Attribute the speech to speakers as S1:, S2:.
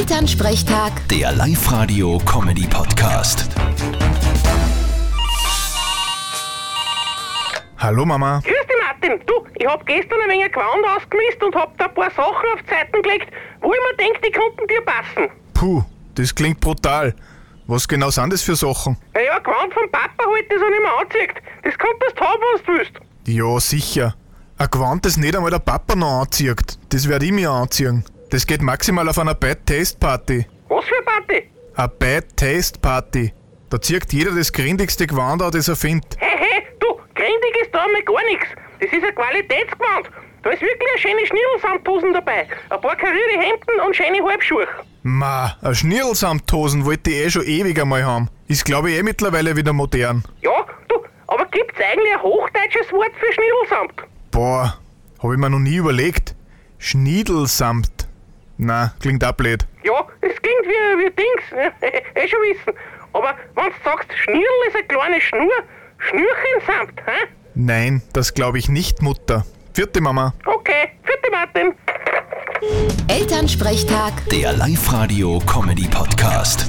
S1: Elternsprechtag,
S2: Der Live-Radio-Comedy-Podcast.
S3: Hallo Mama.
S4: Grüß dich, Martin. Du, ich hab gestern ein wenig Gewand ausgemisst und hab da ein paar Sachen auf Zeiten gelegt, wo ich mir denk, die könnten dir passen.
S3: Puh, das klingt brutal. Was genau sind das für Sachen?
S4: Naja, Gewand vom Papa halt, das er nicht mehr anzieht. Das könntest du haben, wenn du willst.
S3: Ja, sicher. Ein Gewand, das nicht einmal der Papa noch anzieht. Das werd ich mir anziehen. Das geht maximal auf einer Bad Taste Party.
S4: Was für eine Party?
S3: Eine Bad Taste Party. Da zieht jeder das grindigste Gewand an, das er findet.
S4: Hey, hey, du, grindig ist da einmal gar nichts. Das ist ein Qualitätsgewand. Da ist wirklich eine schöne Schnirlsamthosen dabei, ein paar karierte Hemden und schöne Halbschuhe.
S3: Ma, ein Schnirlsamthosen wollte ich eh schon ewig einmal haben. Ist glaube ich eh mittlerweile wieder modern.
S4: Ja, du, aber gibt's eigentlich ein hochdeutsches Wort für Schnirlsamt?
S3: Boah, hab ich mir noch nie überlegt. Schniedelsamt. Na, klingt auch blöd.
S4: Ja, es klingt wie, wie Dings, ja, eh, eh schon wissen. Aber wenn du sagst, Schnirl ist eine kleine Schnur, Schnürchensamt, hä?
S3: Nein, das glaube ich nicht, Mutter. Vierte Mama.
S4: Okay, vierte Martin.
S1: Elternsprechtag.
S2: Der Live-Radio-Comedy-Podcast.